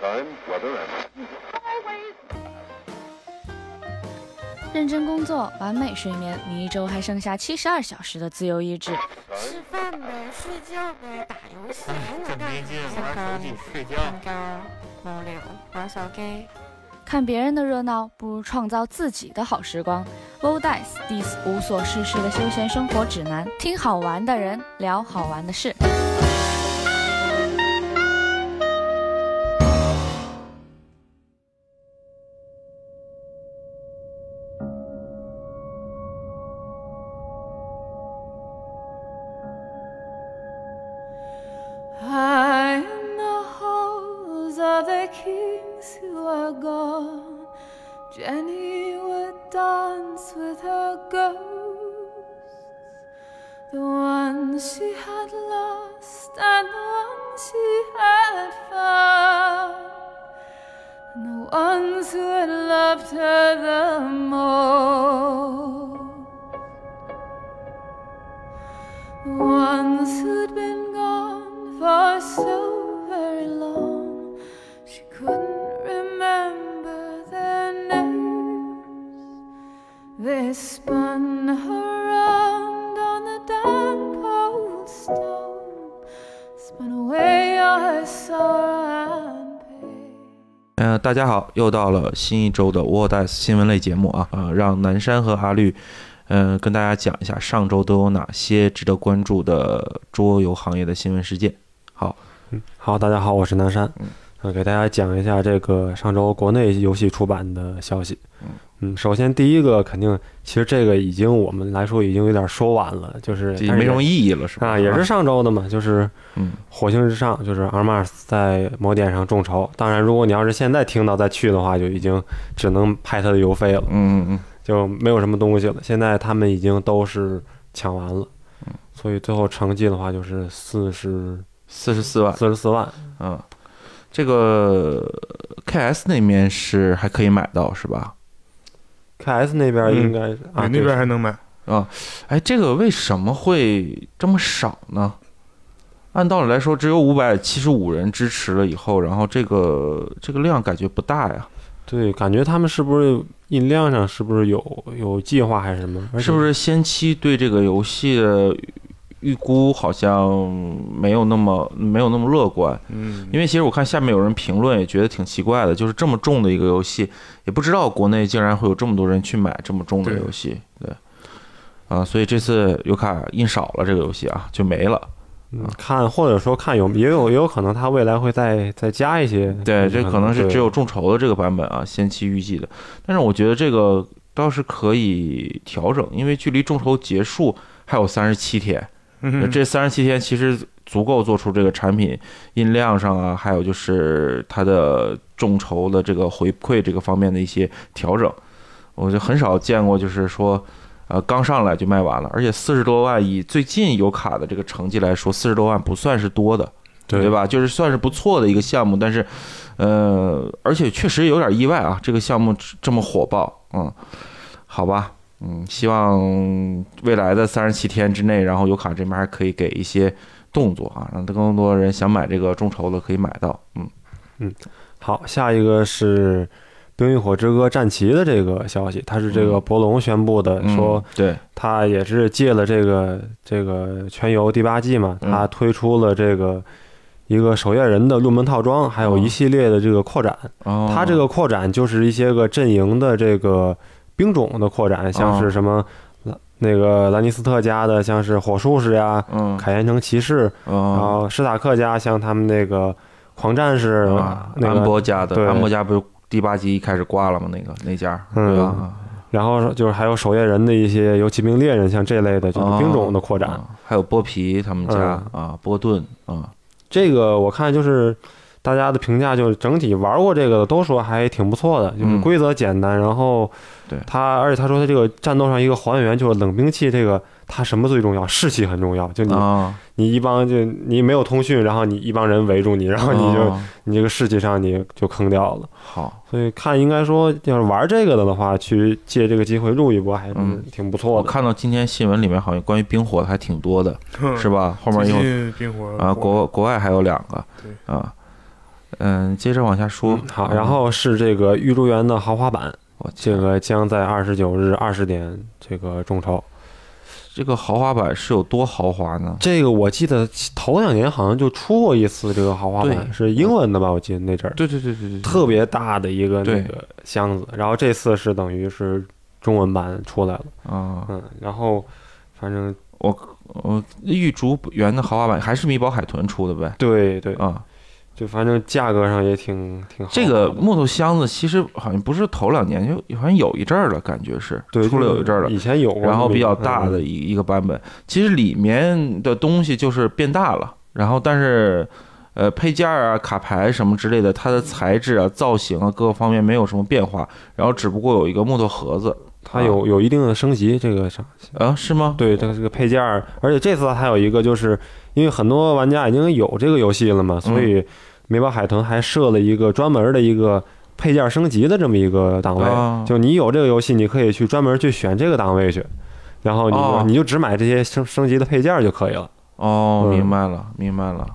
time, weather, and 认真工作，完美睡眠，你一周还剩下七十二小时的自由意志。吃饭呗，睡觉呗，打游戏还能趁干没什劲么？玩手机睡觉。很高，无聊，玩手机。看别人的热闹，不如创造自己的好时光。Low Dice Dis 无所事事的休闲生活指南，听好玩的人聊好玩的事。 I am the halls of the kings who are gone. Jenny would dance with her ghosts, the ones she had lost and the ones she had found, and the ones who had loved her the most. The ones who'd been gone for so very long, she couldn't remember their names. They spun her round on the damp old stone, spun away all her sorrow and pain. 嗯、大家好，又到了新一周的 w o r d i s 新闻类节目啊，呃，让南山和阿绿，嗯、跟大家讲一下上周都有哪些值得关注的桌游行业的新闻事件。好，嗯好，大家好，我是南山，嗯呃，给大家讲一下这个上周国内游戏出版的消息嗯。嗯，首先第一个肯定，其实这个已经我们来说已经有点说晚了，就是这没什么易意义了，是吧？啊，也是，上周的嘛，就是嗯，火星之上，就是 Armas 在某点上众筹。当然，如果你要是现在听到再去的话，就已经只能拍他的邮费了，嗯嗯就没有什么东西了。现在他们已经都是抢完了，所以最后成绩的话就是四十嗯，四十四万，四十四万。嗯，这个 KS 那面是还可以买到是吧？ KS 那边嗯应该是、啊，你对那边还能买？哎，这个为什么会这么少呢？按道理来说，只有五百七十五人支持了以后，然后这个这个量感觉不大呀。对，感觉他们是不是音量上是不是有有计划还是什么？而且是不是先期对这个游戏的预估好像没有那么没有那么乐观？嗯，因为其实我看下面有人评论也觉得挺奇怪的，就是这么重的一个游戏，也不知道国内竟然会有这么多人去买这么重的对游戏，对。啊，所以这次尤卡印少了这个游戏啊，就没了。嗯看或者说看有也有也有可能他未来会再再加一些？对，这可能是对只有众筹的这个版本啊，先期预计的。但是我觉得这个倒是可以调整，因为距离众筹结束还有三十七天，嗯这三十七天其实足够做出这个产品音量上啊，还有就是它的众筹的这个回馈这个方面的一些调整。我就很少见过，就是说，呃，刚上来就卖完了，而且四十多万，以最近有卡的这个成绩来说，四十多万不算是多的。对对？吧？就是算是不错的一个项目，但是，呃，而且确实有点意外啊，这个项目这么火爆，嗯，好吧，嗯，希望未来的三十七天之内，然后尤卡这边还可以给一些动作啊，让更多人想买这个众筹的可以买到，嗯，好，下一个是《冰与火之歌：战旗》的这个消息，它是这个嗯博龙宣布的，呃说嗯对，他也是借了这个这个全游第八季嘛，嗯他推出了这个一个守夜人的入门套装，还有哦一系列的这个扩展。哦，它这个扩展就是一些个阵营的这个兵种的扩展，像哦是什么兰那个兰尼斯特家的，像是火术士呀、嗯，凯岩城骑士，然哦，后史塔克家像他们那个狂战士，啊那安个，博家的对安博家不是第八集一开始挂了吗？那个那家，嗯对吧？然后就是还有守夜人的一些游骑兵猎人，像这类的哦就是兵种的扩展。啊还有波皮他们家嗯啊，波顿啊，这个我看就是大家的评价，就是整体玩过这个的都说还挺不错的，就是嗯规则简单，然后对他，而且他说他这个战斗上一个还原就是冷兵器这个，它什么最重要？士气很重要。就你、啊，你一帮就你没有通讯，然后你一帮人围住你，然后 你就、哦你这个士气上你就坑掉了。好，所以看应该说要是玩这个的的话，去借这个机会入一波还是嗯挺不我错的。看到今天新闻里面好像关于冰火的还挺嗯多的，是吧？后面啊最有近冰火啊，国国外还有两个对，啊，嗯，接着往下说。嗯好，然后是这个玉珠园的豪华版，我这个将在二十九日二十点这个众筹。嗯这个豪华版是有多豪华呢？这个我记得头两年好像就出过一次这个豪华版，对是英文的吧？我记得那阵儿对对对对对，特别大的一个那对个箱子，然后这次是等于是中文版出来了，啊！嗯，然后反正我玉竹园的豪华版还是米宝海豚出的呗？对对，啊，就反正价格上也挺挺好的。这个木头箱子其实好像不是头两年，就好像有一阵儿了，感觉是对出了就是有一阵儿了。以前有过这么一然个，后比较大的嗯，一一个版本。其实里面的东西就是变大了，然后但是呃配件儿啊、卡牌什么之类的，它的材质啊、造型啊各个方面没有什么变化，然后只不过有一个木头盒子它有有一定的升级，这个上啊，是吗？对这个这个配件儿，而且这次还有一个，就是因为很多玩家已经有这个游戏了嘛，所以美宝海豚还设了一个专门的一个配件升级的这么一个档位，啊就你有这个游戏，你可以去专门去选这个档位去，然后你就、哦你就只买这些升升级的配件儿就可以了。哦，嗯明白了，明白了。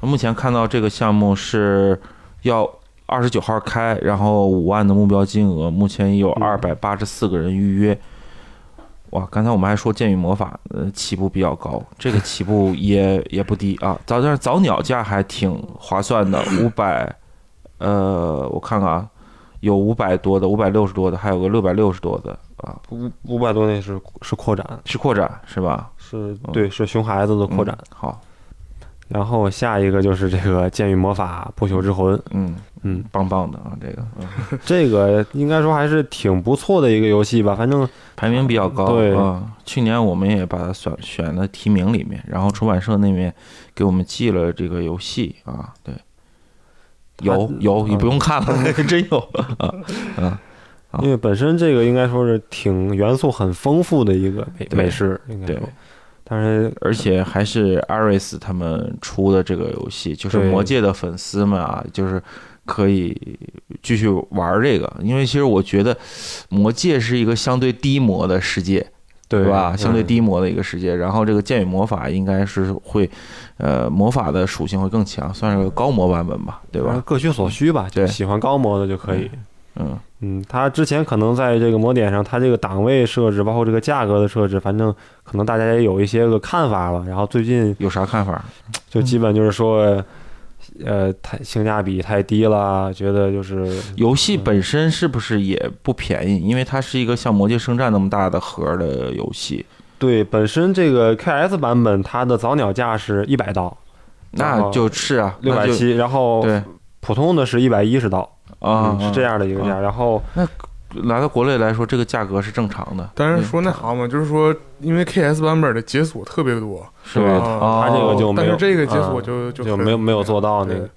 目前看到这个项目是要二十九号开，然后五万的目标金额，目前已有嗯二百八十四个人预约。哇，刚才我们还说《剑与魔法》呃起步比较高，这个起步也也不低啊。早但是早鸟价还挺划算的，五百，呃，我看看啊，有五百多的，五百六十多的，还有个六百六十多的啊，五五百多那是是扩展，是扩展是吧？是嗯对是熊孩子的扩展。嗯好，然后下一个就是这个《剑与魔法：不朽之魂》，嗯，嗯， 棒棒的啊，这个、嗯这个应该说还是挺不错的一个游戏吧，反正排名比较高。对啊，去年我们也把它选选了提名里面，然后出版社那边给我们寄了这个游戏啊，对，有它有，你嗯不用看 了，真有啊。啊因为本身这个应该说是挺元素很丰富的一个美对美食，应该对说，但是而且还是 Aris 他们出的这个游戏，就是对魔界的粉丝们啊，就是可以继续玩这个，因为其实我觉得魔界是一个相对低魔的世界，对吧？嗯相对低魔的一个世界。然后这个剑与魔法应该是会，呃，魔法的属性会更强，算是个高魔版本吧，对反正吧？各取所需吧，就对喜欢高模的就可以。嗯，嗯，它之前可能在这个模点上，它这个档位设置，包括这个价格的设置，反正可能大家也有一些个看法吧。然后最近有啥看法？就基本就是说，嗯呃，太性价比太低了，觉得就是游戏本身是不是也不便宜？因为它是一个像《魔界圣战》那么大的盒儿的游戏，对本身这个 KS 版本它的早鸟价是一百刀，然那后就是啊，哦六百那就，七，然后对普通的是一百一十刀，啊嗯，是这样。样的一个价。然后拿到国内来说，这个价格是正常的，但是说那啥嘛，就是说，因为 KS 版本的解锁特别多，是对吧？它它啊这哦个就没但有是这个解啊锁就就就很没有没有做到那对个。哦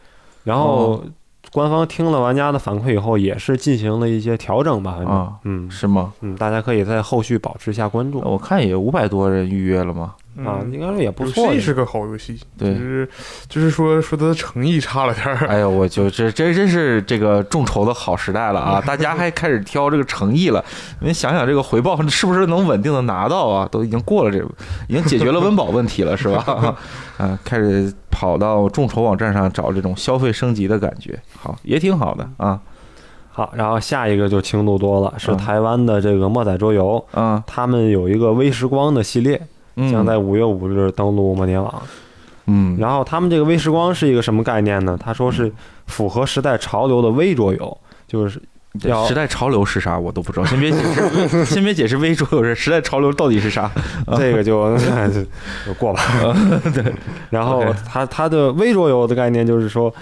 然后官方听了玩家的反馈以后，也是进行了一些调整吧，反正啊哦嗯是吗？嗯，大家可以在后续保持一下关注我看也五百多人预约了嘛，啊，嗯应该说也不游错戏的。是个好游戏，对就是就是说说它的诚意差了点 儿，哎呀，我就这这真是这个众筹的好时代了啊！大家还开始挑这个诚意了。你想想，这个回报是不是能稳定的拿到啊？都已经过了这，已经解决了温饱问题了，是吧？啊，开始跑到众筹网站上找这种消费升级的感觉，好，也挺好的啊好，然后下一个就轻度多了，是嗯台湾的这个莫仔桌游，啊！他们有一个微时光的系列，嗯，将在五月五日登陆莫年网。嗯然后他们这个微时光是一个什么概念呢？他说是符合时代潮流的微桌游，就是要时代潮流是啥我都不知道，先别解 释，先别解释微桌游是时代潮流到底是啥。这个就 就过吧。对，然后 OK 它它的微桌游的概念就是说，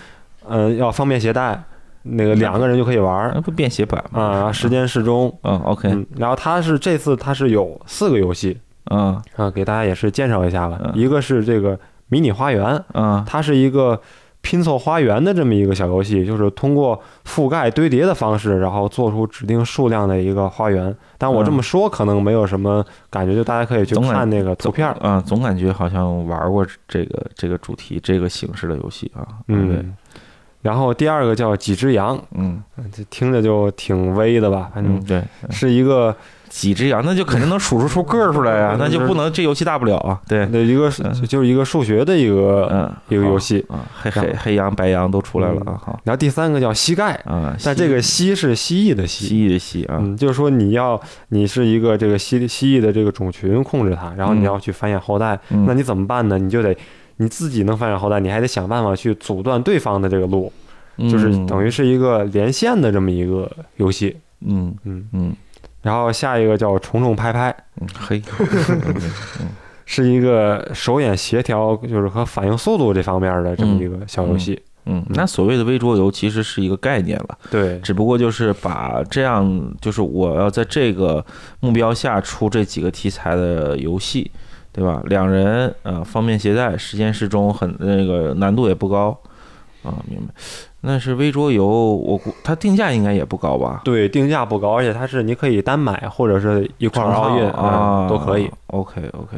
嗯，要方便携带，那嗯个两个人就可以玩儿那不便携版吗？啊，时间适中。嗯，OK，嗯，然后它是这次它是有四个游戏嗯啊，给大家也是介绍一下吧嗯。一个是这个迷你花园，嗯它是一个拼凑花园的这么一个小游戏，就是通过覆盖堆叠的方式，然后做出指定数量的一个花园。但我这么说可能没有什么感觉，就大家可以嗯去总感看那个图片儿。啊，总感觉好像玩过这个这个主题、这个形式的游戏啊。对，嗯，然后第二个叫几只羊，嗯这听着就挺威的吧？反嗯，正对，是一个几只羊，那就肯定能数出出个儿出来呀，那就不能这游戏大不了 啊，对，的一个嗯就就是一个数学的一个。嗯，一个游戏好啊，黑黑黑羊白羊都出来了啊，好然后第三个叫膝盖，啊，但这个蜥是蜥蜴的蜥蜥，蜴的蜥啊，嗯，就是说你要你是一个这个蜥蜥蜴的这个种群控制它，然后你要去繁衍后代，嗯那你怎么办呢？你就得你自己能繁衍后代，你还得想办法去阻断对方的这个路，嗯就是等于是一个连线的这么一个游戏，嗯嗯。嗯然后下一个叫虫虫拍拍，嗯 黑，是一个手眼协调，就是和反应速度这方面的这么一个小游戏。嗯，那所谓的微桌游其实是一个概念了，对，只不过就是把这样，就是我要在这个目标下出这几个题材的游戏，对吧？两人啊、呃方便携带，时间适中，很那个难度也不高啊，明白？那是微桌游，我估它定价应该也不高吧？对，定价不高，而且它是你可以单买或者是一块儿奥运成套啊、嗯都可以。。 OK OK，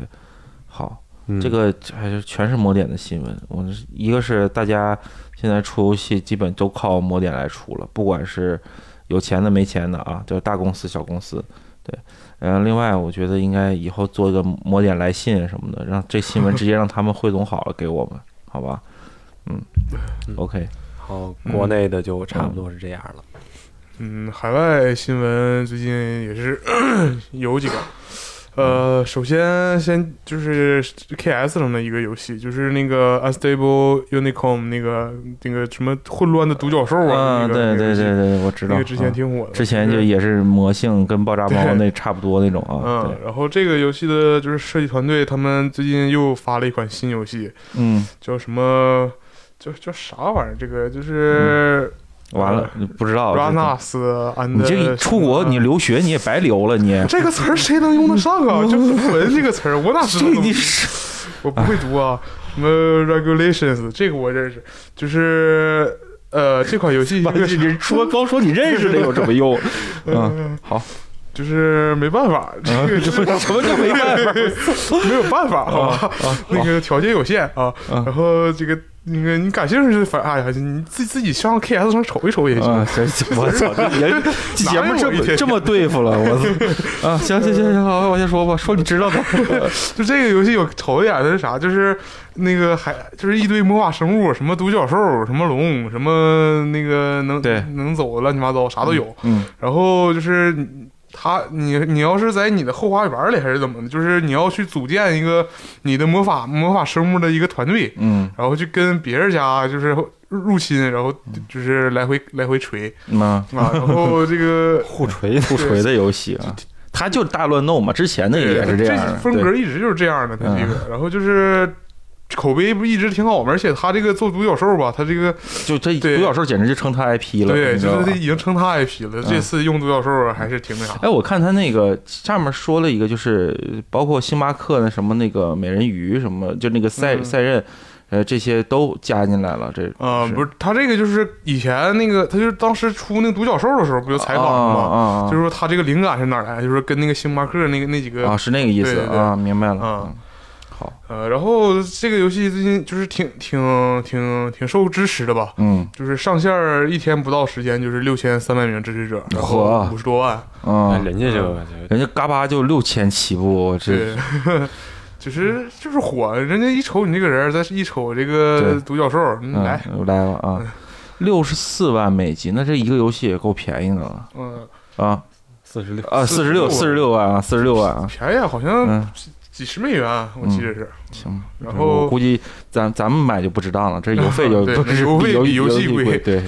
好，嗯这个还是全是抹点的新闻。我是一个是大家现在出游戏基本都靠抹点来出了，不管是有钱的没钱的啊，就是大公司小公司。对，然后另外我觉得应该以后做一个抹点来信什么的，让这新闻直接让他们汇总好了给我们，好吧？嗯，OK，好，国内的就差不多是这样了。嗯，海外新闻最近也是 有几个。呃，嗯首先先就是 KS 上的一个游戏，就是那个 Unstable Unicom 那个那个什么混乱的独角兽啊，啊，那个对那对个游戏对对，我知道，那个之前啊挺火的，之前是就也是魔性跟爆炸猫对那差不多那种啊，嗯对，，然后这个游戏的就是设计团队，他们最近又发了一款新游戏，嗯。叫什么？叫叫啥玩意儿？这个就是完了，不知道。拉嗯纳这斯安你的。这个出国你留学你也白留了，你呃 这个词儿谁能用得上啊？就古文这个词儿，我哪知道这怎么？你 是我不会读 啊。什么 regulations 这个我认识，就是呃这款 游戏完了这人 说光说你认识的有什么用？呃嗯，好，就是没办法，这啊个这不什么叫没办法？ 没有办法，好吧， 嗯那个条件有限啊。啊然后这个那个你感兴趣，反正哎呀，你自己自己上 KS 上瞅一瞅也啊，行，行。行我操，这 人这节目这哪有一么天这么对付了，我 操！啊，行行行行，好，往下说吧，说你知道的。就这个游戏有头一点的是啥？就是那个还就是一堆魔法生物，什么独角兽，什么龙，什么那个能对能走的乱七八糟啥都有。嗯然后就是他，你你要是在你的后花园里还是怎么的，就是你要去组建一个你的魔法魔法生物的一个团队，嗯，然后就跟别人家就是入侵，然后就是来回来回锤 那啊，然后这个互 锤互锤的游戏啊，他就是大乱斗嘛，之前的也是这样的。嗯风格一直就是这样的，他这个，然后就是。口碑不一直挺好吗？而且他这个做独角兽吧，他这个就这对独角兽简直就成他 IP 了，对，你知就道吧是嗯他已经成他 IP 了。这次用独角兽还是挺那啥，哎，我看他那个上面说了一个，就是包括星巴克那什么那个美人鱼什么，就那个赛、嗯赛任，呃，这些都加进来了。这啊、是不是他这个就是以前那个，他就是当时出那个独角兽的时候，不就采访了啊吗？啊啊就是说他这个灵感是哪儿来？就是跟那个星巴克那个那几个啊，是那个意思对对对啊，明白了。嗯好，呃，然后这个游戏最近就是挺挺挺挺受支持的吧，嗯就是上线儿一天不到时间就是六千三百名支持者，哦然后嚯五十多万，哎嗯，人家就人家嘎巴就六千起步，我这对，就是就是火，人家一瞅你这个人儿，再一瞅这个对独角兽儿，你嗯来，嗯来了啊，六十四万美金，那这一个游戏也够便宜的了嗯，啊四十六啊， 四十六四十六万啊，四十六万啊，便宜啊好像嗯，几十美元，啊我记得是，行。然我后估计咱咱们买就不值当了，这邮费就 对不是邮费比比游游戏贵，贵对，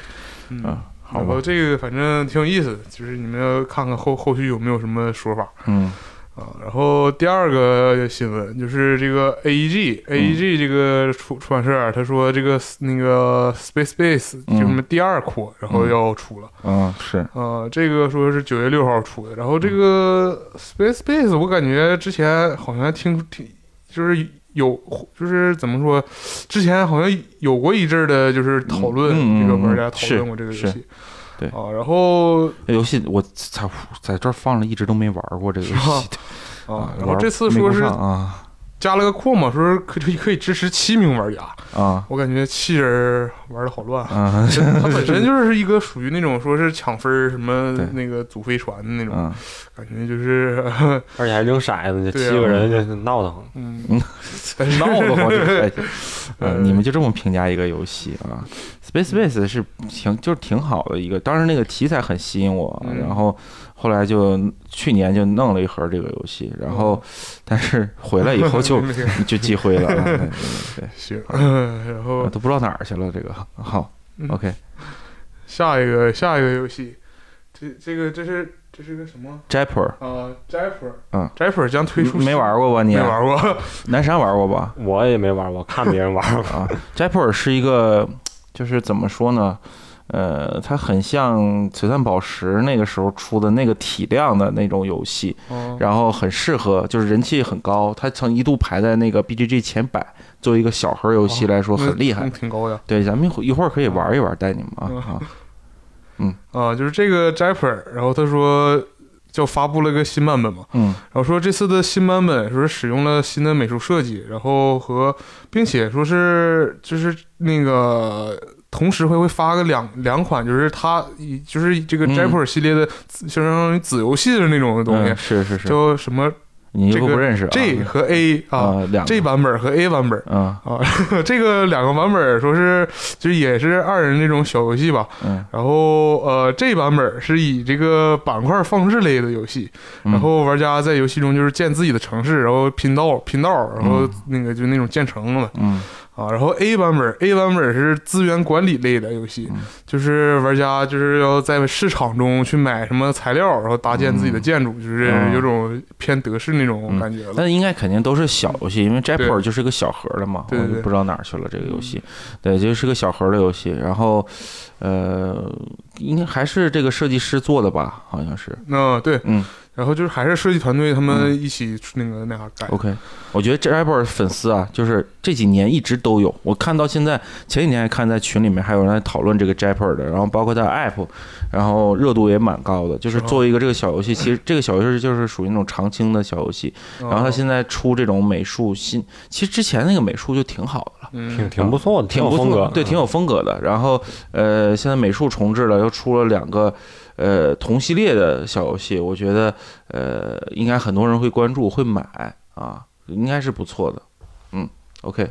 嗯啊，好然吧后，这个反正挺有意思的，就是你们要看看后后续有没有什么说法。嗯啊，然后第二个新闻就是这个 E AEG、AEG 嗯这个出出版社，他说这个那个 Space Base 嗯就什么第二扩，然后要出了。嗯是，啊，这个说是九月六号出的。然后这嗯个 Space Base 我感觉之前好像听听就是有就是怎么说，之前好像有过一阵儿的，就是讨论嗯嗯这个嗯玩家嗯讨是论过这个游是戏。对啊，然后这游戏我操，在这儿放了一直都没玩过这个游 是吧戏啊，玩然后儿这次没说顾是上啊，加了个扩嘛，说是可以可以支持七名玩家。啊我感觉七人玩的好乱 啊！啊它本身就是一个属于那种说是抢分儿什么对那个组飞船的那种 啊！感觉，就是呵呵而且还扔骰子，这对啊七个人就闹腾。嗯 嗯，但是闹得慌就哎 开心。呃嗯，你们就这么评价一个游戏啊？Space Base 是挺就是挺好的一个，当时那个题材很吸引我，嗯然后后来就去年就弄了一盒这个游戏，然哦后但是回来以后 就没事就积灰了啊，对对对行，然后对，都不知道哪儿去了这个。好哦嗯，OK，下一个下一个游戏，这这个这是这是个什么 j a p p e r 啊 j a p p e r 嗯 j a p p e r 将推出没玩过吧你？啊没玩过，南山玩过吧？我也没玩过，看别 人玩过。啊 j a p p e r 是一个，就是怎么说呢？呃，它很像璀璨宝石那个时候出的那个体量的那种游戏，嗯然后很适合，就是人气很高。它曾一度排在那个 BGG 前百，作为一个小盒游戏来说很厉害嗯。挺高的对，咱们一会一会儿可以玩一玩，带你们啊嗯啊！啊，就是这个 j a p p e r 然后他说就发布了个新版本嘛， 嗯然后说这次的新版本说是使用了新的美术设计，然后和并且说是就是那个同时会会发个两两款，就是它以就是这个嗯 j a p p e r 系列的子相当于子游戏的那种东西嗯，，是是是，就什么你又这不个认识啊 J 和 A 啊啊，两个，J 版本和 A 版本。嗯这个两个版本说是就也是二人那种小游戏吧，嗯，然后呃这版本是以这个板块放置类的游戏，嗯然后玩家在游戏中就是建自己的城市，然后拼道拼道，然后那个就那种建城了嘛嗯啊。然后 A 版本 A 版本是资源管理类的游戏嗯，就是玩家就是要在市场中去买什么材料，然后搭建自己的建筑，就是嗯有种偏德式那种嗯感觉了。但应该肯定都是小游戏，因为 j a p p e r 对就是个小盒的嘛，我对对对嗯就不知道哪儿去了这个游戏，对，就是个小盒的游戏。然后，呃，应该还是这个设计师做的吧，好像是。嗯，对，嗯然后就是还是设计团队他们一起出那个那啥改， ，OK，我觉得 j a p p e r 粉丝啊，就是这几年一直都有，我看到现在，前几天还看在群里面还有人在讨论这个 j a p p e r 的，然后包括它的 App，然后热度也蛮高的。就是是吗做一个这个小游戏，其实这个小游戏就是属于那种长青的小游戏，啊然后他现在出这种美术新，其实之前那个美术就挺好的了。挺嗯挺不错的，挺有不风错格嗯的，的，对，挺有风格的。然后呃，现在美术重置了，又出了两个呃同系列的小游戏，我觉得呃应该很多人会关注，会买啊，应该是不错的。嗯，OK，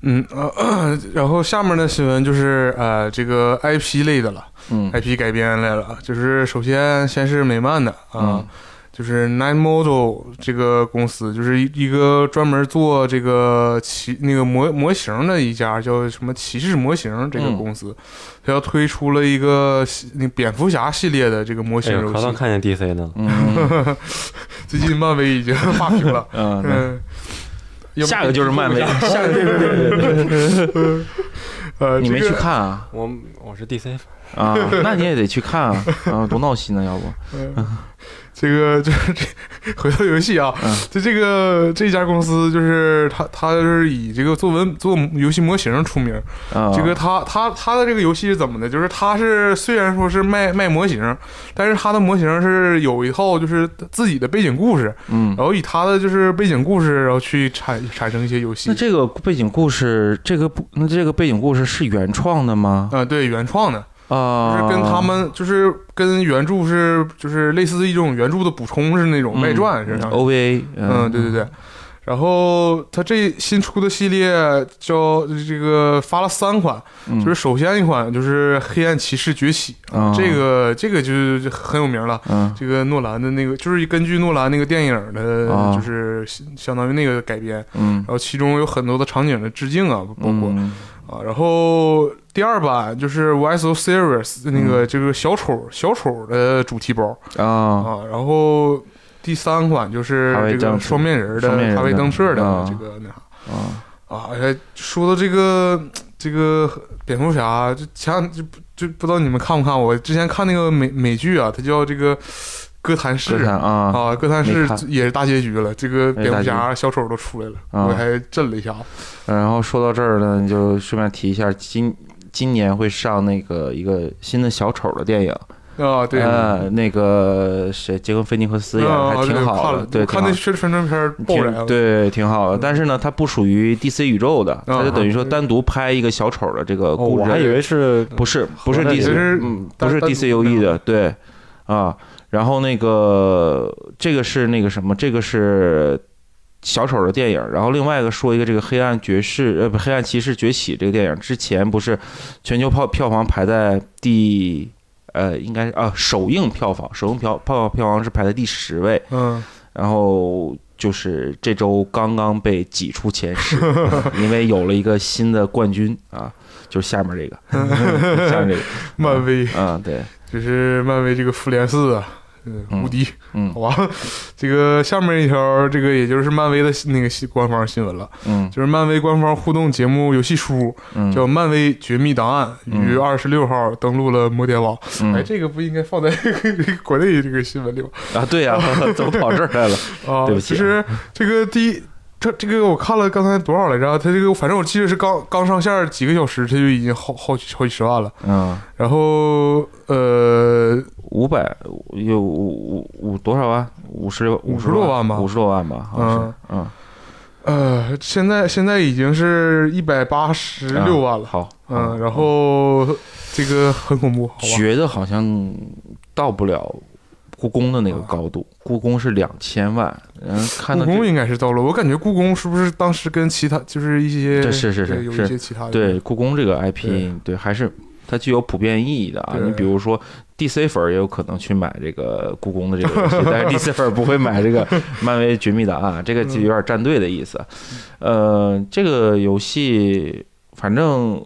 嗯呃， 然后下面的新闻就是呃这个 IP 类的了嗯，IP 改编类了，就是首先先是美漫的啊。嗯就是 Nine Model 这个公司，就是一一个专门做这个骑那个模模型的一家叫什么骑士模型这个嗯公司，它要推出了一个系那蝙蝠侠系列的这个模型哎游呦，可算戏。看见 DC 的了。嗯 最近漫威已经发屏了， 嗯嗯，嗯，下个就是漫 威，下个就是 呃，你没这去个看啊我我是 DC，啊，那你也得去看啊啊，多闹心呢， 要不嗯，这个就是这回到游戏啊嗯，就这个这家公司就是它，它是以这个做文做游戏模型出名。啊这个它它它的这个游戏是怎么的？就是它是虽然说是卖卖模型，但是它的模型是有一套就是自己的背景故事，嗯然。后以它的就是背景故事，然后去产产生一些游戏那。这个背景故事，这个不，那这个背景故事是原创的吗？啊、对，原创的，就啊，是跟他们，就是跟原著是，就是类似一种原著的补充，是那种外传，是嗯这样的 OVA，嗯，对对对。然后它这新出的系列叫这个发了三款，嗯，就是首先一款就是《黑暗骑士崛起》啊这个这个就是很有名了。嗯这个诺兰的那个就是根据诺兰那个电影的啊，就是相当于那个改编，然嗯，后其中有很多的场景的致敬啊，呃包括嗯啊，然后第二版就是 YSO Series 那嗯个这个小丑小丑的主题包，啊，啊，然后第三款就是哈维这邓个彻双面人儿的双面人哈维的邓彻的啊这个那啥啊啊，哎说到这个这个蝙蝠侠，就前两就不就不知道你们看不看？我之前看那个美美剧啊，它叫这个《哥谭市哥》谭啊，啊，《哥谭没市看》也是大结局了，这个也是蝙蝠大侠小丑都出来了，啊我还震了一下。然后说到这儿呢，就顺便提一下，今今年会上那个一个新的小丑的电影，啊，对，呃，那个谁，杰克菲尼克斯演的啊还挺好的，对，对，挺我看了我看那好宣宣传片儿爆燃了，挺，对，挺好的。但是呢，它不属于 DC 宇宙的，它就等于说嗯单独拍一个小丑的这个哦故事。我还以为是不是，不是那也 DC，是嗯，不单是单独 DCUE 的，对，啊，然后那个这个是那个什么，这个是小丑的电影，然后另外一个说一个这个黑暗爵士，呃，不，黑暗骑士崛起这个电影之前不是全球票票房排在第。呃，应该是啊，首映票房，首映票票票房是排在第十位，嗯，然后就是这周刚刚被挤出前十， 因为有了一个新的冠军啊，就是下面这个， 下面这个，漫威嗯，对，就是漫威这个复联四啊。嗯，嗯无敌，嗯 好吧。这个下面一条，这个也就是漫威的那个新官方新闻了，嗯就是漫威官方互动节目游戏书，嗯，叫《漫威绝密档案》，于嗯二十六号登陆了摩天网。嗯哎，这个不应该放在 国内这个新闻里吗？啊， 对呀、怎么跑这儿来 了？啊，对不起其实这个第一，这这个我看了刚才多少来着？它这个反正我记得是刚刚上线几个小时，它就已经好好几好几十万了。嗯，然后呃，五百有五五五多少万？五十六50多万吧五十多万吧，好像是，嗯，呃，现在现在已经是一百八十六万嗯了，好，嗯嗯，然后这个很恐怖，好吧？觉得好像到不了。故宫的那个高度，故宫是两千万，嗯，看啊故到宫这应该是到了，我感觉故宫是不是当时跟其他就是一些对是是是对有是一些其他的对故宫这个 IP，对对还是它具有普遍意义的啊。对你比如说 DC 粉儿也有可能去买这个故宫的这个游戏，但是 DC 粉儿不会买这个漫威绝密档案，这个就有点站队的意思。呃，这个游戏反正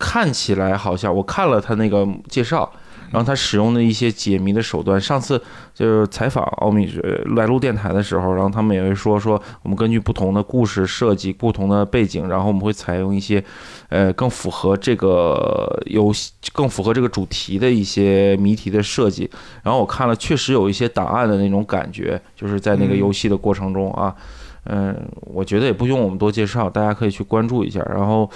看起来好像我看了他那个介绍。然后他使用的一些解谜的手段，上次就是采访奥秘呃来录电台的时候，然后他们也会说说我们根据不同的故事设计、不同的背景，然后我们会采用一些呃更符合这个游戏、更符合这个主题的一些谜题的设计。然后我看了，确实有一些档案的那种感觉，就是在那个嗯游戏的过程中啊，嗯，我觉得也不用我们多介绍，大家可以去关注一下。然后。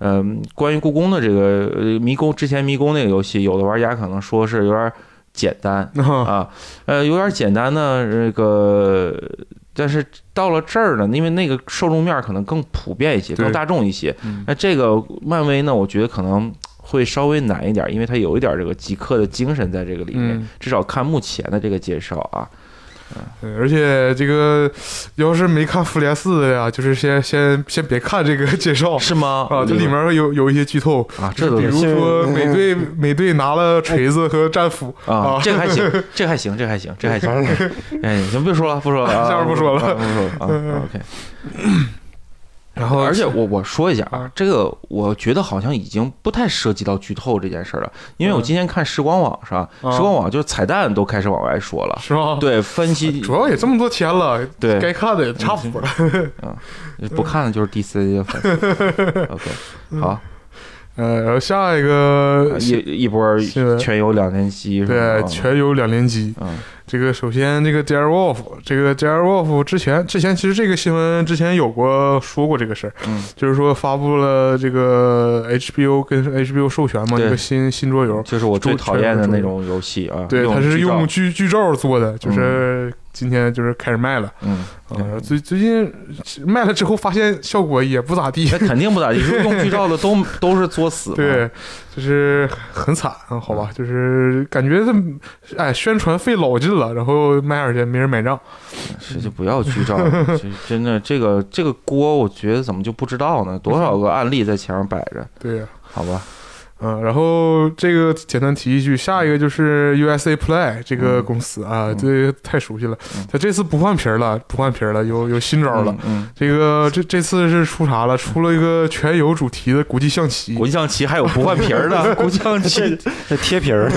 嗯，关于故宫的这个呃迷宫，之前迷宫那个游戏，有的玩家可能说是有点简单， 啊，啊，呃，有点简单呢，呃这个，但是到了这儿呢，因为那个受众面儿可能更普遍一些，对更大众一些。嗯那这个漫威呢，我觉得可能会稍微难一点儿，因为它有一点儿这个极客的精神在这个里面，嗯至少看目前的这个介绍啊，对而且这个要是没看《复联四》的呀，就是先先先别看这个介绍，是吗？啊，这里面有有一些剧透，啊，这都比是如说美队美队拿了锤子和战斧，啊啊，这个还 行，这个还行，这个还行，这个还行， 哎，行，别说了，不说了，啊下面不说了嗯啊不说了啊，OK。 然后而且我我说一下啊啊，这个我觉得好像已经不太涉及到剧透这件事儿了，因为我嗯今天看时光网上，啊时光网就是彩蛋都开始往外说了，是吧？，对，分析哦主要也这么多天了，对嗯该看的也差不多了。 不看的就是 DC 的粉丝嗯，OK，好，呃，然后下一个一一波新闻全有两连击，是吧呃对全有两连击。啊嗯这个首先这个 d a r e w o l f 这个 d a r e w o l f 之前之前其实这个新闻之前有过说过这个事儿，嗯就是说发布了这个 HBO 跟 HBO 授权嘛对一个新新桌游，就是我最周讨厌的全那有种游戏啊，对，它是剧照用剧剧照做的，就是今天就是开始卖了。嗯，啊，最最近卖了之后，发现效果也不咋 地那。肯定不咋地，用剧照的 都都是作死嘛， 对，就是很惨啊，好嗯吧，就是感觉这，哎，宣传费老劲了，然后卖二去没人买账，是就不要剧照了， 这真的这个这个锅，我觉得怎么就不知道呢？多少个案例在前面摆着，对呀、啊好吧？嗯，然后这个简单提一句，下一个就是 USA Play 这个嗯公司啊，嗯这个太熟悉了嗯，它这次不换皮儿了，不换皮儿了，有有新招了。嗯，这个这这次是出啥了？出了一个全游主题的国际象嗯，棋国际象棋还有不换皮儿 的，国际象棋这贴皮 儿，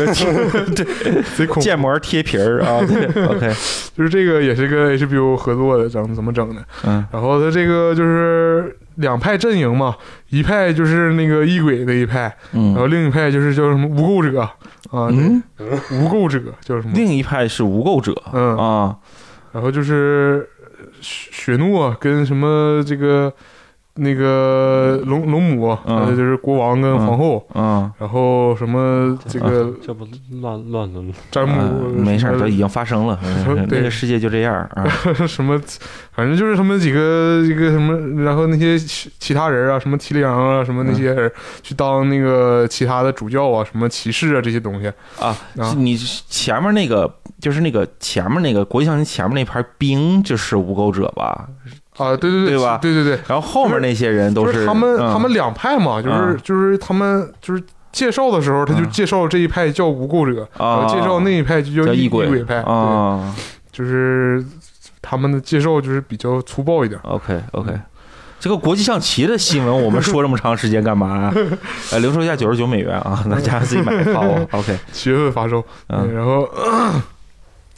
贼恐怖。建模贴皮儿啊。 对 OK，就是这个也是跟 HBO 合作的，整怎么整的？嗯然后它这个就是两派阵营嘛，一派就是那个异鬼的一派，然后嗯另一派就是叫什么无垢者啊，嗯，无垢者叫什么？另一派是无垢者啊，嗯呃啊然后就是雪雪诺跟什么这个。那个龙龙母，嗯还有就是国王跟皇后，嗯，然后什么这个 这不乱乱伦詹姆，呃嗯没事儿，都已经发生了，嗯对那个世界就这样儿啊。 什么，反正就是他们几个一个什么，然后那些其其他人啊，什么提里昂啊，什么那些人、去当那个其他的主教啊，什么骑士啊这些东西，啊啊，你前面那个就是那个前面那个国际象棋前面那盘兵就是无垢者吧？啊，对对对，对吧对对对，然后后面那些人都就是他们、嗯他们两派嘛，就是、嗯就是他们就是介绍的时候，他就嗯介绍这一派叫无垢者，然啊后介呃绍那一派就叫叫异异鬼派，对，啊。就是他们的介绍就是比较粗暴 一点。 OK OK，这个国际象棋的新闻我们说这么长时间干嘛、 啊？呃，零售价九十九美元啊， 大家自己买发 我。OK，七月份发售，嗯，嗯然后。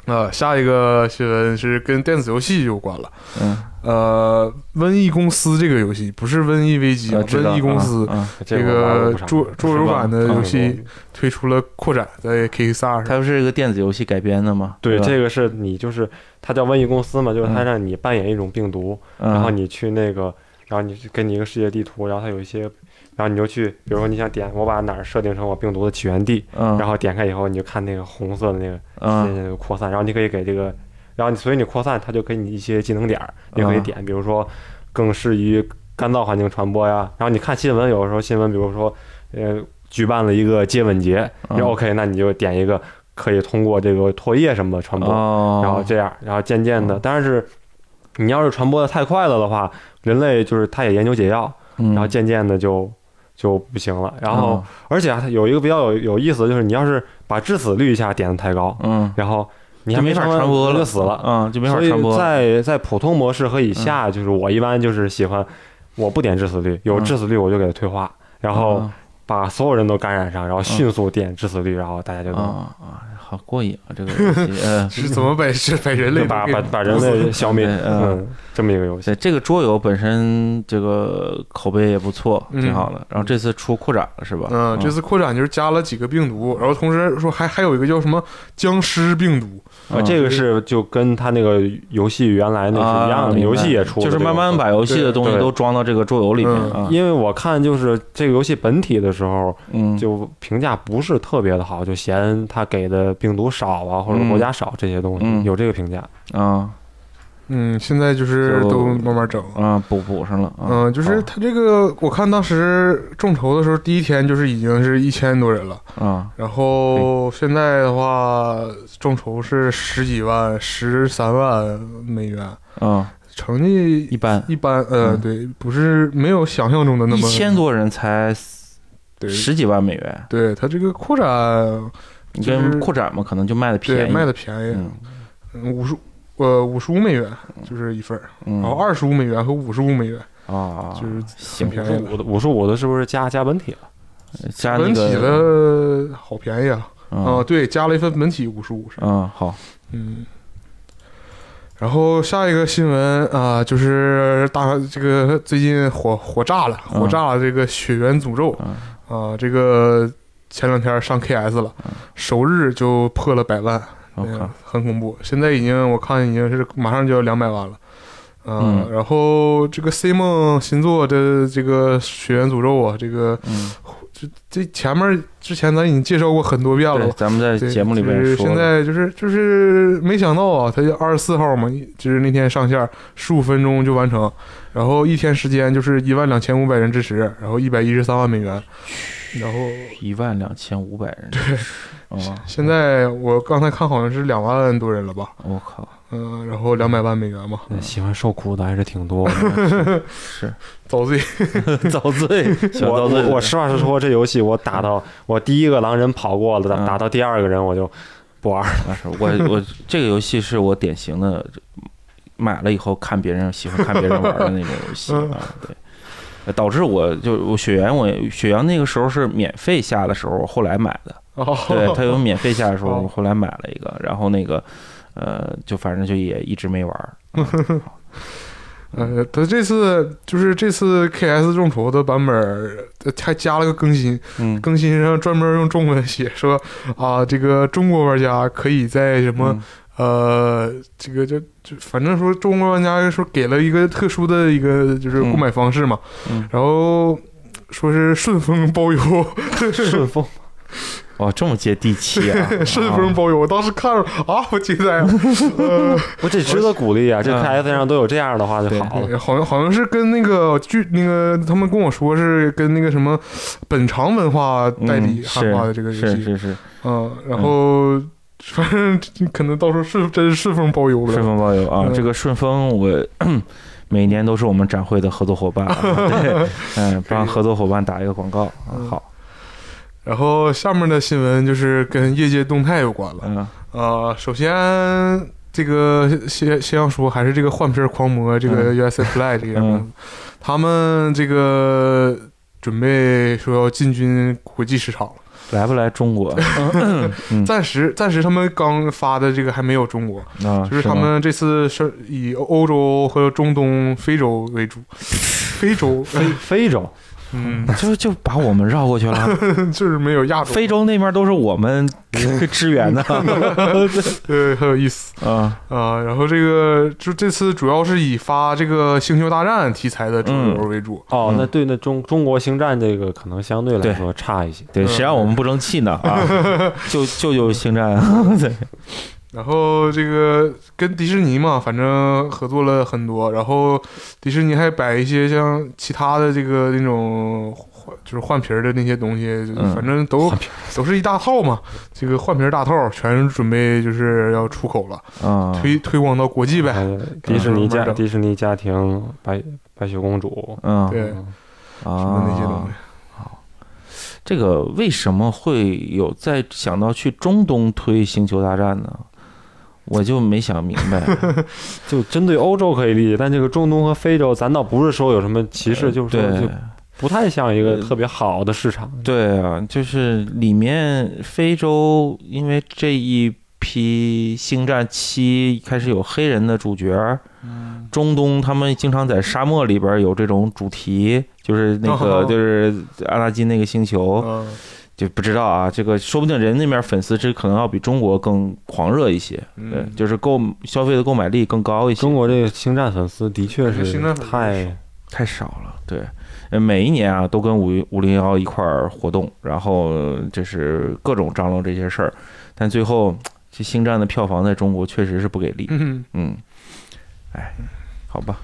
啊、下一个新闻是跟电子游戏有关了。嗯，呃，瘟疫公司这个游戏不是瘟疫危机啊，呃知道瘟疫公司、啊，啊这个桌桌游版嗯的游戏推出了扩展，在 K 三上。它不是一个电子游戏改编的吗？对，吧这个是你就是它叫瘟疫公司嘛，就是它嗯让你扮演一种病毒，嗯然后你去那个，然后你去给你一个世界地图，然后它有一些，然后你就去，比如说你想点我把哪儿设定成我病毒的起源地，嗯，然后点开以后你就看那个红色的那个嗯那个扩散，然后你可以给这个，然后你所以你扩散它就给你一些技能点儿，你就可以啊点，比如说更适于干燥环境传播呀。然后你看新闻，有的时候新闻比如说呃举办了一个接吻节，你嗯 OK，那你就点一个可以通过这个唾液什么传播，哦，然后这样，然后渐渐啊的，但是你要是传播的太快了的话，人类就是他也研究解药，嗯，然后渐渐的就就不行了。然后而且啊它有一个比较有有意思的就是，你要是把致死率一下点的太高，嗯，然后你嗯还就没法成传播人了，就死了。嗯，就没法所以传播了。在在普通模式和以下，就是我一般就是喜欢，我不点致死率，有嗯致死率我就给它退化，然后嗯把所有人都感染上，然后迅速点致死率，然后大家就啊能啊，好过瘾啊，这个游戏，嗯。 是怎么把是 把人类就把都给把把人类消灭，对嗯嗯，这么一个游戏对，这个桌游本身这个口碑也不错，嗯挺好的。然后这次出扩展了是吧？嗯，这次扩展就是加了几个病毒，然后同时说还还有一个叫什么僵尸病毒，啊，这个是就跟他那个游戏原来那是一样啊的，明白游戏也出了就这嗯是种慢慢把游戏的东西都装到这个桌游里面啊。因为我看就是这个游戏本体的时候，嗯，就评价不是特别的好，就嫌他给的病毒少啊，或者国家少这些东西，嗯有这个评价。啊嗯，现在就是就都慢慢整了。啊补补上了啊。嗯，就是他这个，我看当时众筹的时候，第一天就是已经是一千多人了，啊然后现在的话，众筹是十几万、十三万美元，啊，成绩一般一般，呃，嗯对，不是没有想象中的那一么千，多人才对，十几万美元，对他这个扩展，你就是跟扩展嘛，可能就卖的对便宜，卖的便宜，嗯五十呃五十五美元就是一份儿，嗯然后二十五美元和五十五美元啊，哦就是行便宜五的五十五的是不是加加本体了？加那本体个的好便宜啊，啊啊对，加了一份本体五十五是，啊好嗯。然后下一个新闻啊、就是大这个最近火火炸了，火炸了这个《血缘诅咒》嗯啊、这个前两天上 KS 了，嗯首日就破了百万，我嗯靠，很恐怖。现在已经我看已经是马上就要两百万了，呃嗯然后这个 C 梦新作的这个《血缘诅咒》啊，这个嗯，这前面之前咱已经介绍过很多遍对，了。咱们在对节目里就边是说了，现在就是就是没想到啊，它就二十四号嘛，一就是那天上线，十五分钟就完成，然后一天时间就是一万两千五百人支持，然后一百一十三万美元，然后一万两千五百人支持，啊，现在我刚才看好像是两万多人了吧，我靠，嗯、然后两百万美元嘛，喜欢受苦的还是挺 多的。是 遭罪。遭 罪，小我遭罪我我实话实说，这游戏我打到我第一个狼人跑过了，打嗯打到第二个人我就不玩了。啊，是我我这个游戏是我典型的买了以后看别人喜欢看别人玩的那种游戏嗯啊，对，呃导致我就我雪原我雪原那个时候是免费下的时候，我后来买的，哦， 对，它有免费下的时候，哦我后来买了一个，然后那个呃，就反正就也一直没玩 儿，嗯呃，他这次就是这次 KS 众筹的版本儿，呃还加了个更新，嗯，更新上专门用中文写说啊，这个中国玩家可以在什么、嗯呃，这个就就反正说中国玩家说给了一个特殊的一个就是购买方式嘛， 嗯然后说是顺丰包邮， 顺丰哇，哦这么接地气啊！ 顺丰啊包邮，我当时看了啊，我惊呆了， 我这值得鼓励啊！这嗯 PS 上都有这样的话就好了。对呃好像好像是跟那个剧那个他们跟我说是跟那个什么本场文化代理嗯汉化的这个游戏，是是是，嗯，然后反正可能到时候顺真是顺丰包邮了，顺丰包邮啊，嗯这个顺丰我 每年都是我们展会的合作伙伴 啊，对，嗯，帮合作伙伴打一个广告啊，嗯好，然后下面的新闻就是跟业界动态有关了。嗯，呃，首先这个先先要说还是这个换片狂魔这嗯个 USA Play 这个样子，他们这个准备说要进军国际市场了。来不来中 国嗯暂时暂时他们刚发的这个还没有中国，啊？就是他吗们这次是以欧洲和中东、非洲 为主。非洲，非非洲，嗯，就就把我们绕过去了， 就是没有亚洲，嗯非洲那边都是我 们支援的 呃，很有意思。啊，啊、然后这个就这次主要是以发这个《星球大战》题材的主流为主，哦嗯，那对那中中国星战这个可能相对来说差一些。对，嗯谁让我们不争气呢啊？就就就星战， 对，然后这个跟迪士尼嘛，反正合作了很多，然后迪士尼还摆一些像其他的这个那种换就是换皮儿的那些东西，嗯反正 哦 都都是一大套嘛，这个换皮儿大套全准备就是要出口了，啊，推推广到国际呗，呃迪士尼慢慢家整迪士尼家庭白白雪公主，嗯，对，什嗯么那些东啊西。，这个为什么会有在想到去中东推星球大战呢？我就没想明白，就针对欧洲可以理解，但这个中东和非洲，咱倒不是说有什么歧视，就是说呃对就不太像一个呃特别好的市场。对啊，就是里面非洲，因为这一批《星战七》开始有黑人的主角儿，中东他们经常在沙漠里边儿有这种主题，就是那个哦就是阿拉金那个星球，嗯，就不知道啊，这个说不定人那边粉丝这可能要比中国更狂热一些，对，嗯就是购消费的购买力更高一些中。国这个星战粉丝的确星是战粉丝太太少了，对，呃每一年啊都跟五五零幺一块儿活动，然后就是各种张罗这些事儿，但最后这星战的票房在中国确实是不给力，嗯，嗯，哎，好吧，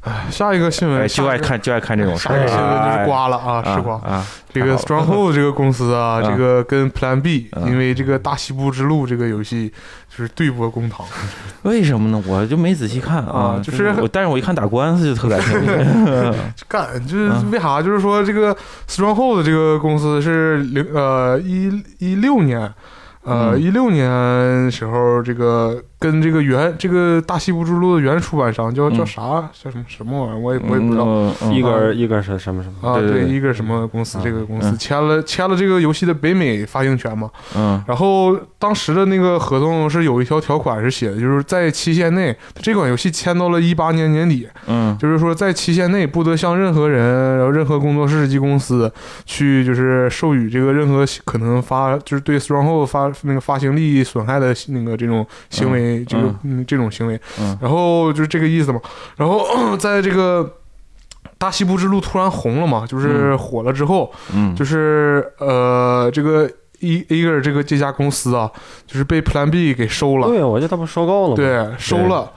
哎，下一个新闻哎，就爱看就爱看这种事下一儿个新闻就是啊，瓜了啊，哎是瓜。啊，这个 Stronghold 这个公司啊， 嗯这个跟 Plan B，嗯因为这个《大西部之路》这个游戏就是对簿公堂， 为什么呢？我就没仔细看啊，啊就是我，但是我一看打官司就特感兴趣，干就是嗯为啥？就是说这个 Stronghold 这个公司是零呃一一六年。呃，嗯一六年时候，这个跟这个原这个《大西部之路》的原出版商叫叫嗯啥叫什么什么玩意儿，我 也我也不知道嗯，嗯一根一根是什么什么。啊。对对对，对一个什么公司，嗯这个公司嗯签了签了这个游戏的北美发行权嘛，嗯然后当时的那个合同是有一条条款是写的，就是在期限内，这款游戏签到了一八年年底，嗯就是说在期限内不得向任何人、然后任何工作室及公司去就是授予这个任何可能发就是对 Stronghold 发那个发行利益损害的那个这种行为，这个、嗯、这种行为，嗯然后就是这个意思嘛。然后咳在这个。大西部之路突然红了嘛，就是火了之后，嗯，就是呃，这个 E Eager 这个这家公司啊，就是被 Plan B 给收了，对，我觉得他不收购了吗？对，收了。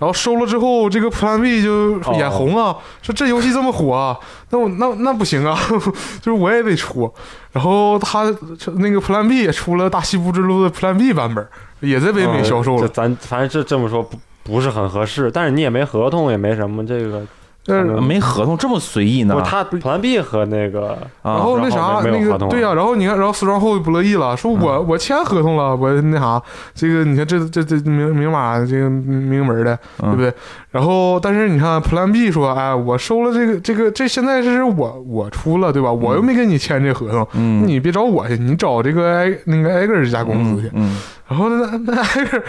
然后收了之后，这个 Plan B 就眼红啊，说这游戏这么火啊，那我那那不行啊， 就是我也得出。然后他那个 Plan B 也出了《大西部之路》的 Plan B 版本，也在北美销售哦这了。呃咱反正这这么说不不是很合适，但是你也没合同，也没什么这个。但是嗯没合同这么随意呢不，，他 Plan B 和那个啊然后那啥，然后没没有那个合同啊嗯对呀、然后你看，然后 strong 后不乐意了，说我、我签合同了，我那啥，这个你看这这这明明码这个明文的，对嗯不对？然后但是你看 Plan B 说，哎，我收了这个这个这现在是我我出了对吧？嗯我又没跟你签这合同，嗯，你别找我去，你找这个埃那个 Egger 这家公司去。嗯，嗯然后那那挨个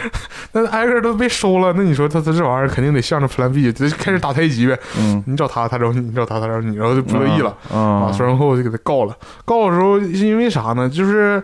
那挨个都被收了，那你说他他这玩意儿肯定得向着 Plan B，就开始打太极呗。嗯，你找他，他找你，你找他，他找你，然后就不乐意了。啊啊，然后就给他告了。告的时候是因为啥呢？就是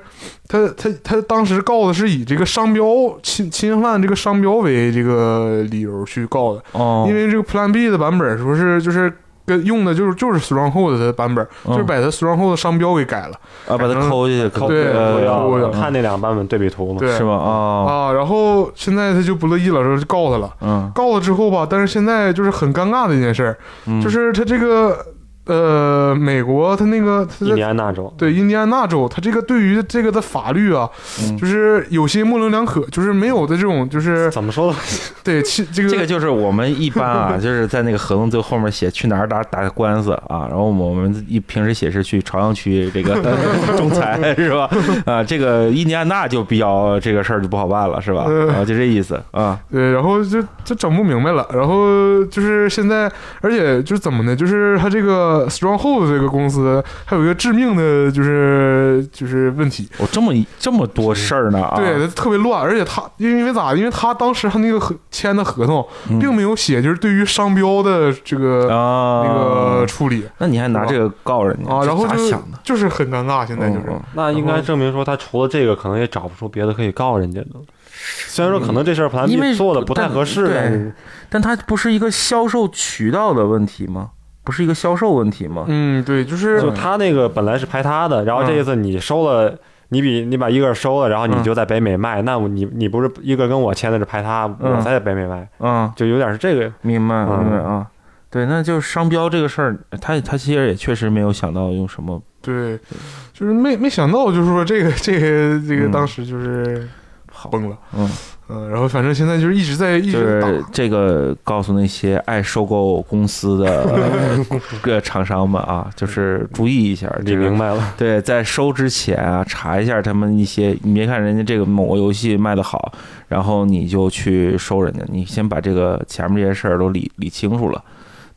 他他他当时告的是以这个商标侵侵犯这个商标为这个理由去告的，哦，因为这个 Plan B 的版本说是就是。跟用的就是就是 Stronghold 的版本，就是把它 Stronghold 的商标给改了，啊，把它抠下去，抠呃嗯对都对我要要啊看那两个版本对比图嘛。对是吧？啊，啊，然后现在他就不乐意了，说就告他了。嗯，告了之后吧，但是现在就是很尴尬的一件事儿，嗯就是他这个呃，美国他那个他在印第安纳州，对印第安纳州，它这个对于这个的法律啊，嗯就是有些模棱两可，就是没有的这种，就是怎么说呢？对其这个这个就是我们一般 啊，就是在那个合同最后面写去哪儿打打官司啊，然后我们一平时写是去朝阳区这 个仲裁是吧？啊，这个印第安纳就比较这个事儿就不好办了是吧？嗯啊，就这意思啊，对，然后就就整不明白了，然后就是现在，而且就是怎么呢？就是它这个 Stronghold 这个公司还有一个致命的，就是就是问题，我这么一这么多事儿呢啊，对，它特别乱，而且它因为咋？因为它当时它那个合签的合同嗯并没有写，就是对于商标的这个、啊，那个处理那你还拿这个告人家啊，然后这咋就是想的？就是很尴尬，现在就是。嗯那应该证明说他除了这个，可能也找不出别的可以告人家的。虽然说可能这事儿盘因为做的不太合适，但但是但它不是一个销售渠道的问题吗？不是一个销售问题吗？嗯，对，就是就他那个本来是拍他的，然后这一次你收了，你比你把伊个收了，然后你嗯就在北美卖，那我你你不是伊个跟我签的是拍他，嗯我才在北美卖，嗯，就有点是这个。明白嗯明白啊。对，那就是商标这个事儿，他他其实也确实没有想到用什么，对，就是没没想到，就是说这个这个这个嗯当时就是崩了，嗯，嗯，然后反正现在就是一直在一就直打，是这个告诉那些爱收购公司的 个厂商们啊，就是注意一下，你这个明白 了，对，在收之前啊，查一下他们一些，你别看人家这个某个游戏卖的好，然后你就去收人家，你先把这个前面这些事儿都理理清楚了。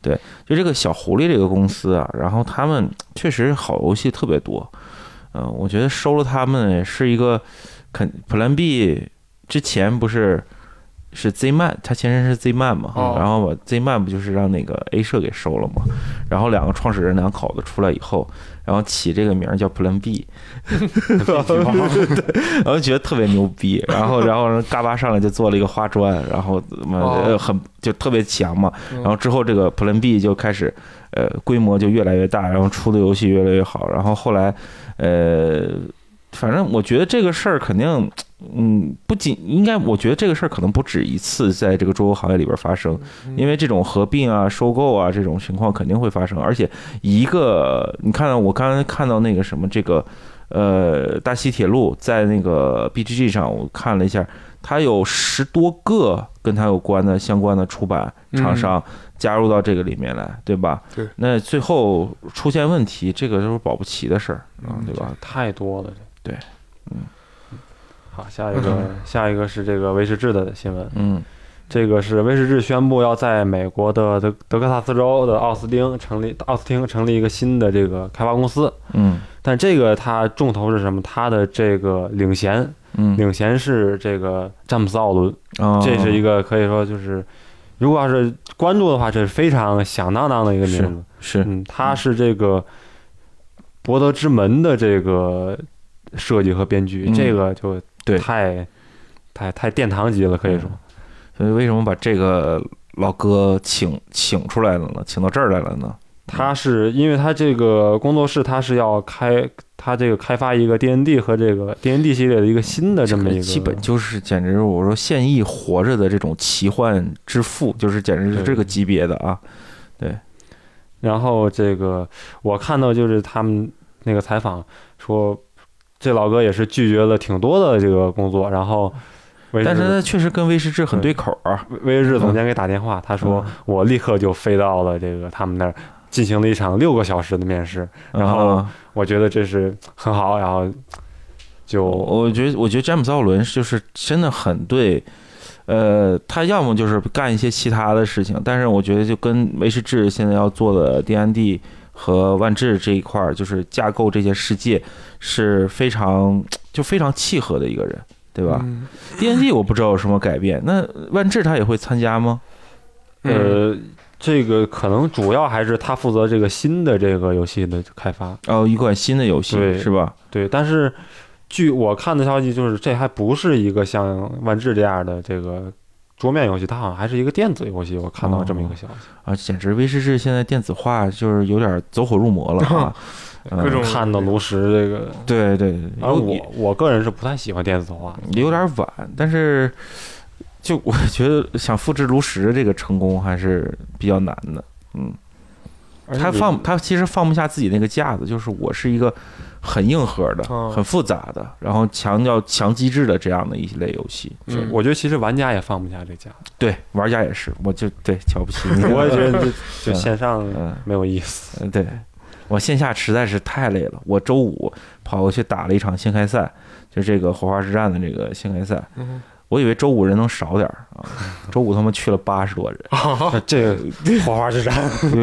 对，就这个小狐狸这个公司啊，然后他们确实好游戏特别多，嗯、我觉得收了他们是一个肯 Plan B 之前不是是 Z man，他前身是 Z man 嘛，嗯哦然后把 Z man 不就是让那个 A 社给收了嘛，然后两个创始人两口子出来以后，然后起这个名儿叫 Plan B，然后觉得特别牛逼，然后然后嘎巴上来就做了一个花砖，然后妈哦的很就特别强嘛，嗯然后之后这个 Plan B 就开始呃规模就越来越大，然后出的游戏越来越好，然后后来呃反正我觉得这个事儿肯定。嗯，不仅应该，我觉得这个事儿可能不止一次在这个桌游行业里边发生，嗯因为这种合并啊、收购啊这种情况肯定会发生，而且一个你看到啊我刚才看到那个什么这个呃大西铁路在那个 BGG 上，我看了一下，它有十多个跟它有关的相关的出版厂商加入到这个里面来，对吧？嗯对。那最后出现问题，这个都是保不齐的事儿啊嗯，对吧？太多了。对，嗯。好，下一个，下一个是这个威士忌的新闻。嗯这个是威士忌宣布要在美国的德德克萨斯州的奥斯汀成立奥斯汀成立一个新的这个开发公司，嗯但这个它重头是什么？它的这个领衔嗯，领衔是这个詹姆斯奥伦，啊这是一个可以说就是，如果要是关注的话，这是非常响当当的一个名字。是嗯，他是这个博德之门的这个设计和编剧，嗯这个就对太太太殿堂级了，可以说。所以为什么把这个老哥请请出来了呢？请到这儿来了呢？他是因为他这个工作室，他是要开他这个开发一个 D N D 和这个 D N D 系列的一个新的这么一个，基本就是简直我说现役活着的这种奇幻之父，就是简直是这个级别的啊！然后这个我看到就是他们那个采访说，这老哥也是拒绝了挺多的这个工作，然后威但是士他确实跟威士忌很对口啊。威士总监给打电话，他说嗯我立刻就飞到了这个他们那儿。进行了一场六个小时的面试，然后啊我觉得这是很好，然后我就我觉得我觉得詹姆斯奥伦就是真的很对，呃，他要么就是干一些其他的事情，但是我觉得就跟威士忌现在要做的 D N D 和万智这一块儿，就是架构这些世界是非常就非常契合的一个人。对吧嗯？D N D 我不知道有什么改变，那万智他也会参加吗？嗯呃，这个可能主要还是他负责这个新的这个游戏的开发，哦，一款新的游戏对是吧？对。但是据我看的消息，就是这还不是一个像万智这样的这个桌面游戏，它好像还是一个电子游戏。我看到这么一个消息，啊，简直威士忌现在电子化就是有点走火入 魔了啊！嗯各种啊看到炉石这个，对对对，而有我也我个人是不太喜欢电子化的。有点晚，但是就我觉得想复制炉石这个成功还是比较难的。嗯，而且他你放他其实放不下自己那个架子，就是我是一个很硬核的、啊哦很复杂的，然后强调强机制的这样的一类游戏。是嗯我觉得其实玩家也放不下这 家，对，玩家也是，我就对瞧不起你。 我也觉得就就线上 嗯，没有意思。嗯，对，我线下实在是太累了。我周五跑过去打了一场新开赛，就这个火花之战的这个新开赛。嗯我以为周五人能少点儿啊，周五他妈去了八十 多人，那这个火花 之战，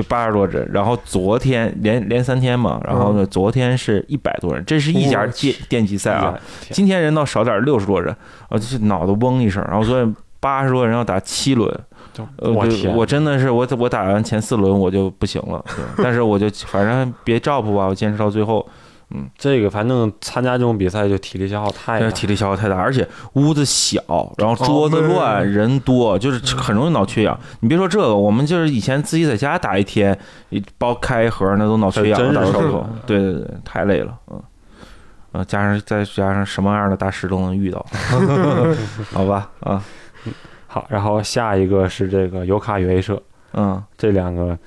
八十多人。然后昨天连连三天嘛，然后嗯呢，昨天是一百多人，这是一家我去电电击赛啊。哎天今天人倒少点儿，六十多人，啊，就是脑袋嗡一声。然后昨天八十多人要打七轮， 就呃，我对天，我真的是我我打完前四轮我就不行了，对但是我就反正别照顾吧，我坚持到最后，这个反正参加这种比赛就体力消耗但太大是。啊体力消耗太大，而且屋子小，然后桌哦子闷乱，人多，就是嗯很容易脑缺氧。你别说这个，我们就是以前自己在家打一天，一包开一盒那都脑缺氧真了，打是到是手头，对对对，太累了，嗯。呃，加上再加上什么样的大师都能遇 到，好吧，啊，好，然后下一个是这个尤卡与 A 社， 嗯， 这两个哎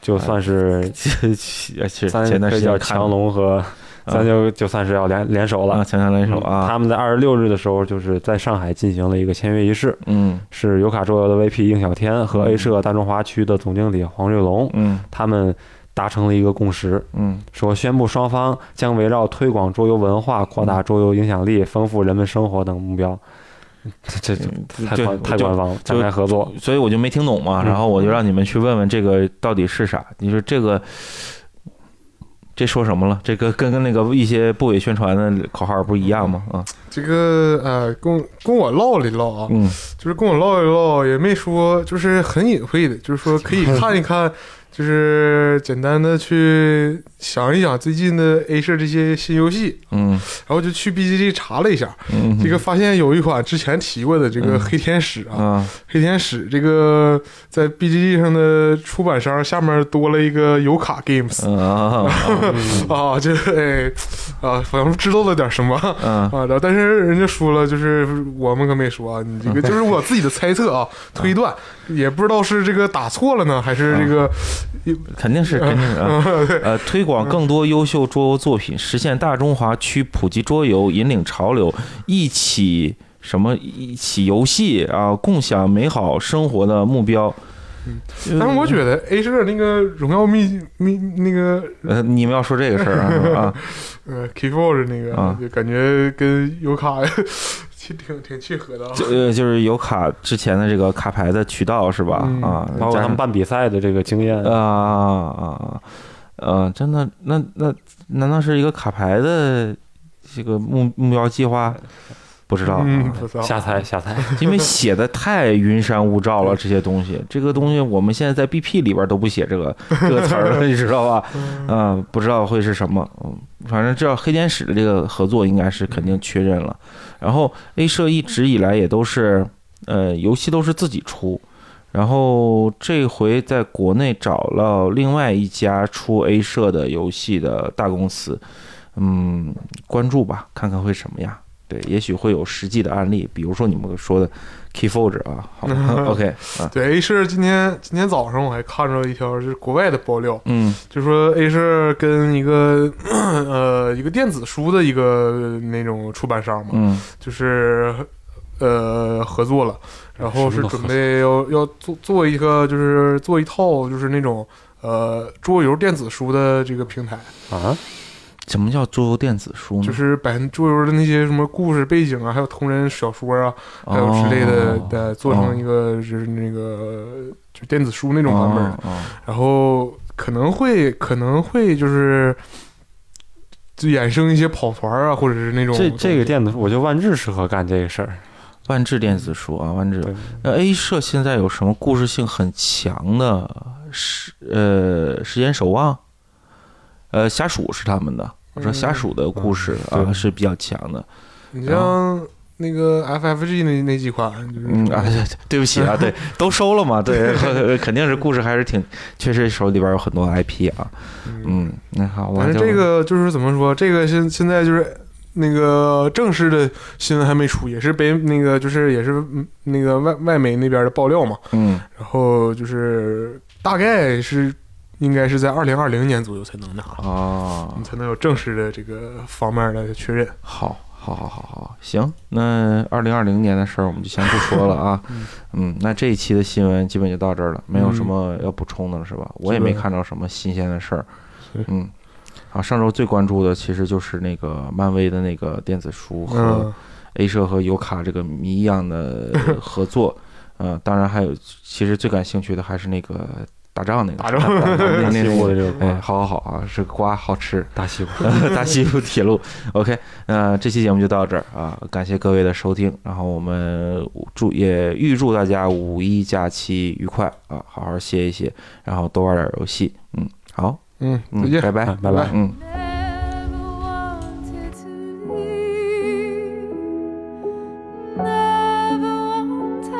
就算是这这这三前段时这叫间看强龙和啊咱就就算是要联联手啊，了。前强联手嗯啊，他们在二十六日的时候，就是在上海进行了一个签约仪式，嗯是尤卡桌游的 VP 应小天和嗯 A 社大中华区的总经理黄瑞龙，嗯他们达成了一个共识，嗯，说宣布双方将围绕推广桌游文化、嗯扩大桌游影响力、丰富人们生活等目标。 这这对太对官嗯太就官方了，展就开合作。所以我就没听懂嘛，嗯然后我就让你们去问问这个到底是啥。你说这个，这说什么了？这个跟跟那个一些部委宣传的口号不一样吗？啊，这个呃，跟跟我唠了一唠啊，嗯，就是跟我唠一唠，也没说，就是很隐晦的，就是说 可以看一看，就是简单的去想一想最近的 A 社这些新游戏，嗯然后就去 BGG 查了一下，嗯，这个发现有一款之前提过的这个嗯《黑天使》啊，啊，黑天使》这个在 BGG 上的出版商下面多了一个尤卡 Games 嗯啊啊，这哎啊，好像知道了点什么。啊 啊，然后但是人家说了，就是我们可没说啊，你这个就是我自己的猜测啊，推断，也不知道是这个打错了呢，还是这个肯定 是肯定是啊。嗯呃，推广更多优秀桌游作品，实现大中华区普及桌游，引领潮流，一起什么一起游戏啊，共享美好生活的目标。嗯嗯但是我觉得 A 社那个荣耀秘秘那个呃，你们要说这个事儿啊啊，呃 Keyforge 那个，啊就感觉跟尤卡 挺挺挺契合的啊。就呃就是有卡之前的这个卡牌的渠道是吧？嗯啊，包括他们办比赛的这个经验加上啊啊啊啊！真的，那那难道是一个卡牌的这个目目标计划？不知道，嗯，啊不知道瞎猜瞎猜。因为写的太云山雾罩了，这些东西，这个东西我们现在在 BP 里边都不写这个这个词儿 了，你知道吧？嗯，不知道会是什么，嗯，反正知道黑天使的这个合作应该是肯定确认了。然后 A 社一直以来也都是，呃，游戏都是自己出，然后这回在国内找了另外一家出 A 社的游戏的大公司，嗯，关注吧，看看会什么样。对，也许会有实际的案例，比如说你们说的 Keyforge 啊，好吧 ，OK 啊，对 A 社今天今天早上我还看着一条就是国外的爆料，嗯就说 A 社跟一个呃一个电子书的一个那种出版商嘛，嗯就是呃合作了，然后什是么都准备要要做做一个就是做一套就是那种呃桌游电子书的这个平台，啊，什么叫桌游电子书呢？就是把桌游的那些什么故事背景啊，还有同人小说啊，还有之类的哦，呃，做成一个就是那个就电子书那种版本，哦哦哦然后可能会可能会就是。就衍生一些跑团啊，或者是那种这这个东西电子书，我觉得万智适合干这个事儿。万智电子书啊，万智对。那 A 社现在有什么故事性很强的时呃时间守望？呃，侠鼠是他们的。我嗯说侠鼠的故事啊、嗯对是比较强的。你然嗯像那个 FFG 那那几款，就是嗯哎啊，对对不起啊， 对，都收了嘛，对， 肯定是故事还是挺，确实手里边有很多 IP 啊。嗯，嗯，那好，我反正就这个就是怎么说，这个现现在就是。那个正式的新闻还没出，也是北那个就是也是嗯那个外外媒那边的爆料嘛，嗯然后就是大概是应该是在二零二零年左右才能拿，哦你，才能有正式的这个方面的确认。。好，好，好，好，好，行，那二零二零年的事儿我们就先不说了啊 嗯嗯，那这一期的新闻基本就到这儿了，没有嗯什么要补充的了，是吧？我也没看到什么新鲜的事儿是。嗯，啊，上周最关注的其实就是那个漫威的那个电子书和嗯， A 社和尤卡这个谜一样的 合作。呃，当然还有，其实最感兴趣的还是那个打仗那个打仗 那大西那部的个。这个哎，瓜，好好好啊，这个瓜好吃。嗯大西部。 大西部铁路。OK，呃，这期节目就到这儿啊，感谢各位的收听，然后我们祝也预祝大家五一假期愉快啊，好好歇一歇，然后多玩点游戏。嗯，好，嗯，再嗯，见拜。拜，哎拜拜嗯。 Never wanted to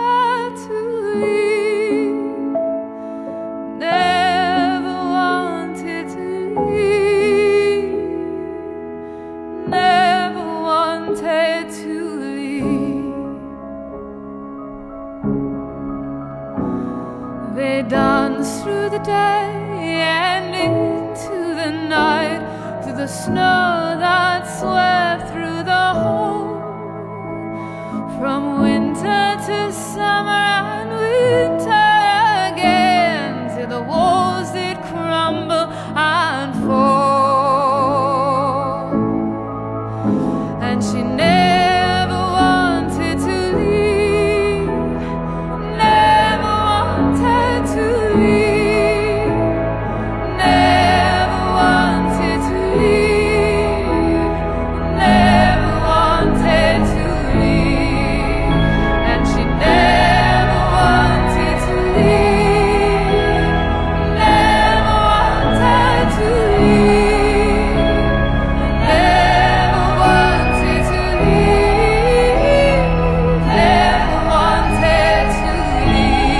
leave. Never wanted to leave. Never wanted to leave. Never wanted to leave. They dance through the day and into the night through the snow that swept through the home from winter to summer and winter again till the walls did crumble and fall and she never wanted to leave never wanted to leave Never wanted to leave. Never wanted to leave. And she never wanted to leave. Never wanted to leave. Never wanted to leave. Never wanted to leave.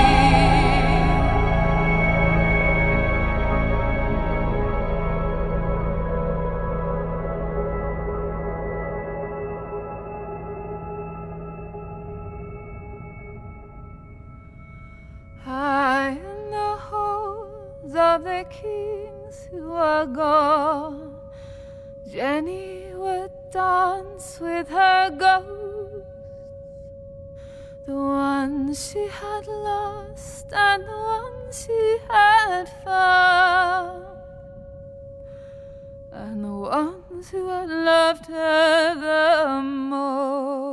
High in the halls of the kings who are gone, Jenny would dance with her ghosts, the ones she had lost and the ones she had found, and the ones who had loved her the most.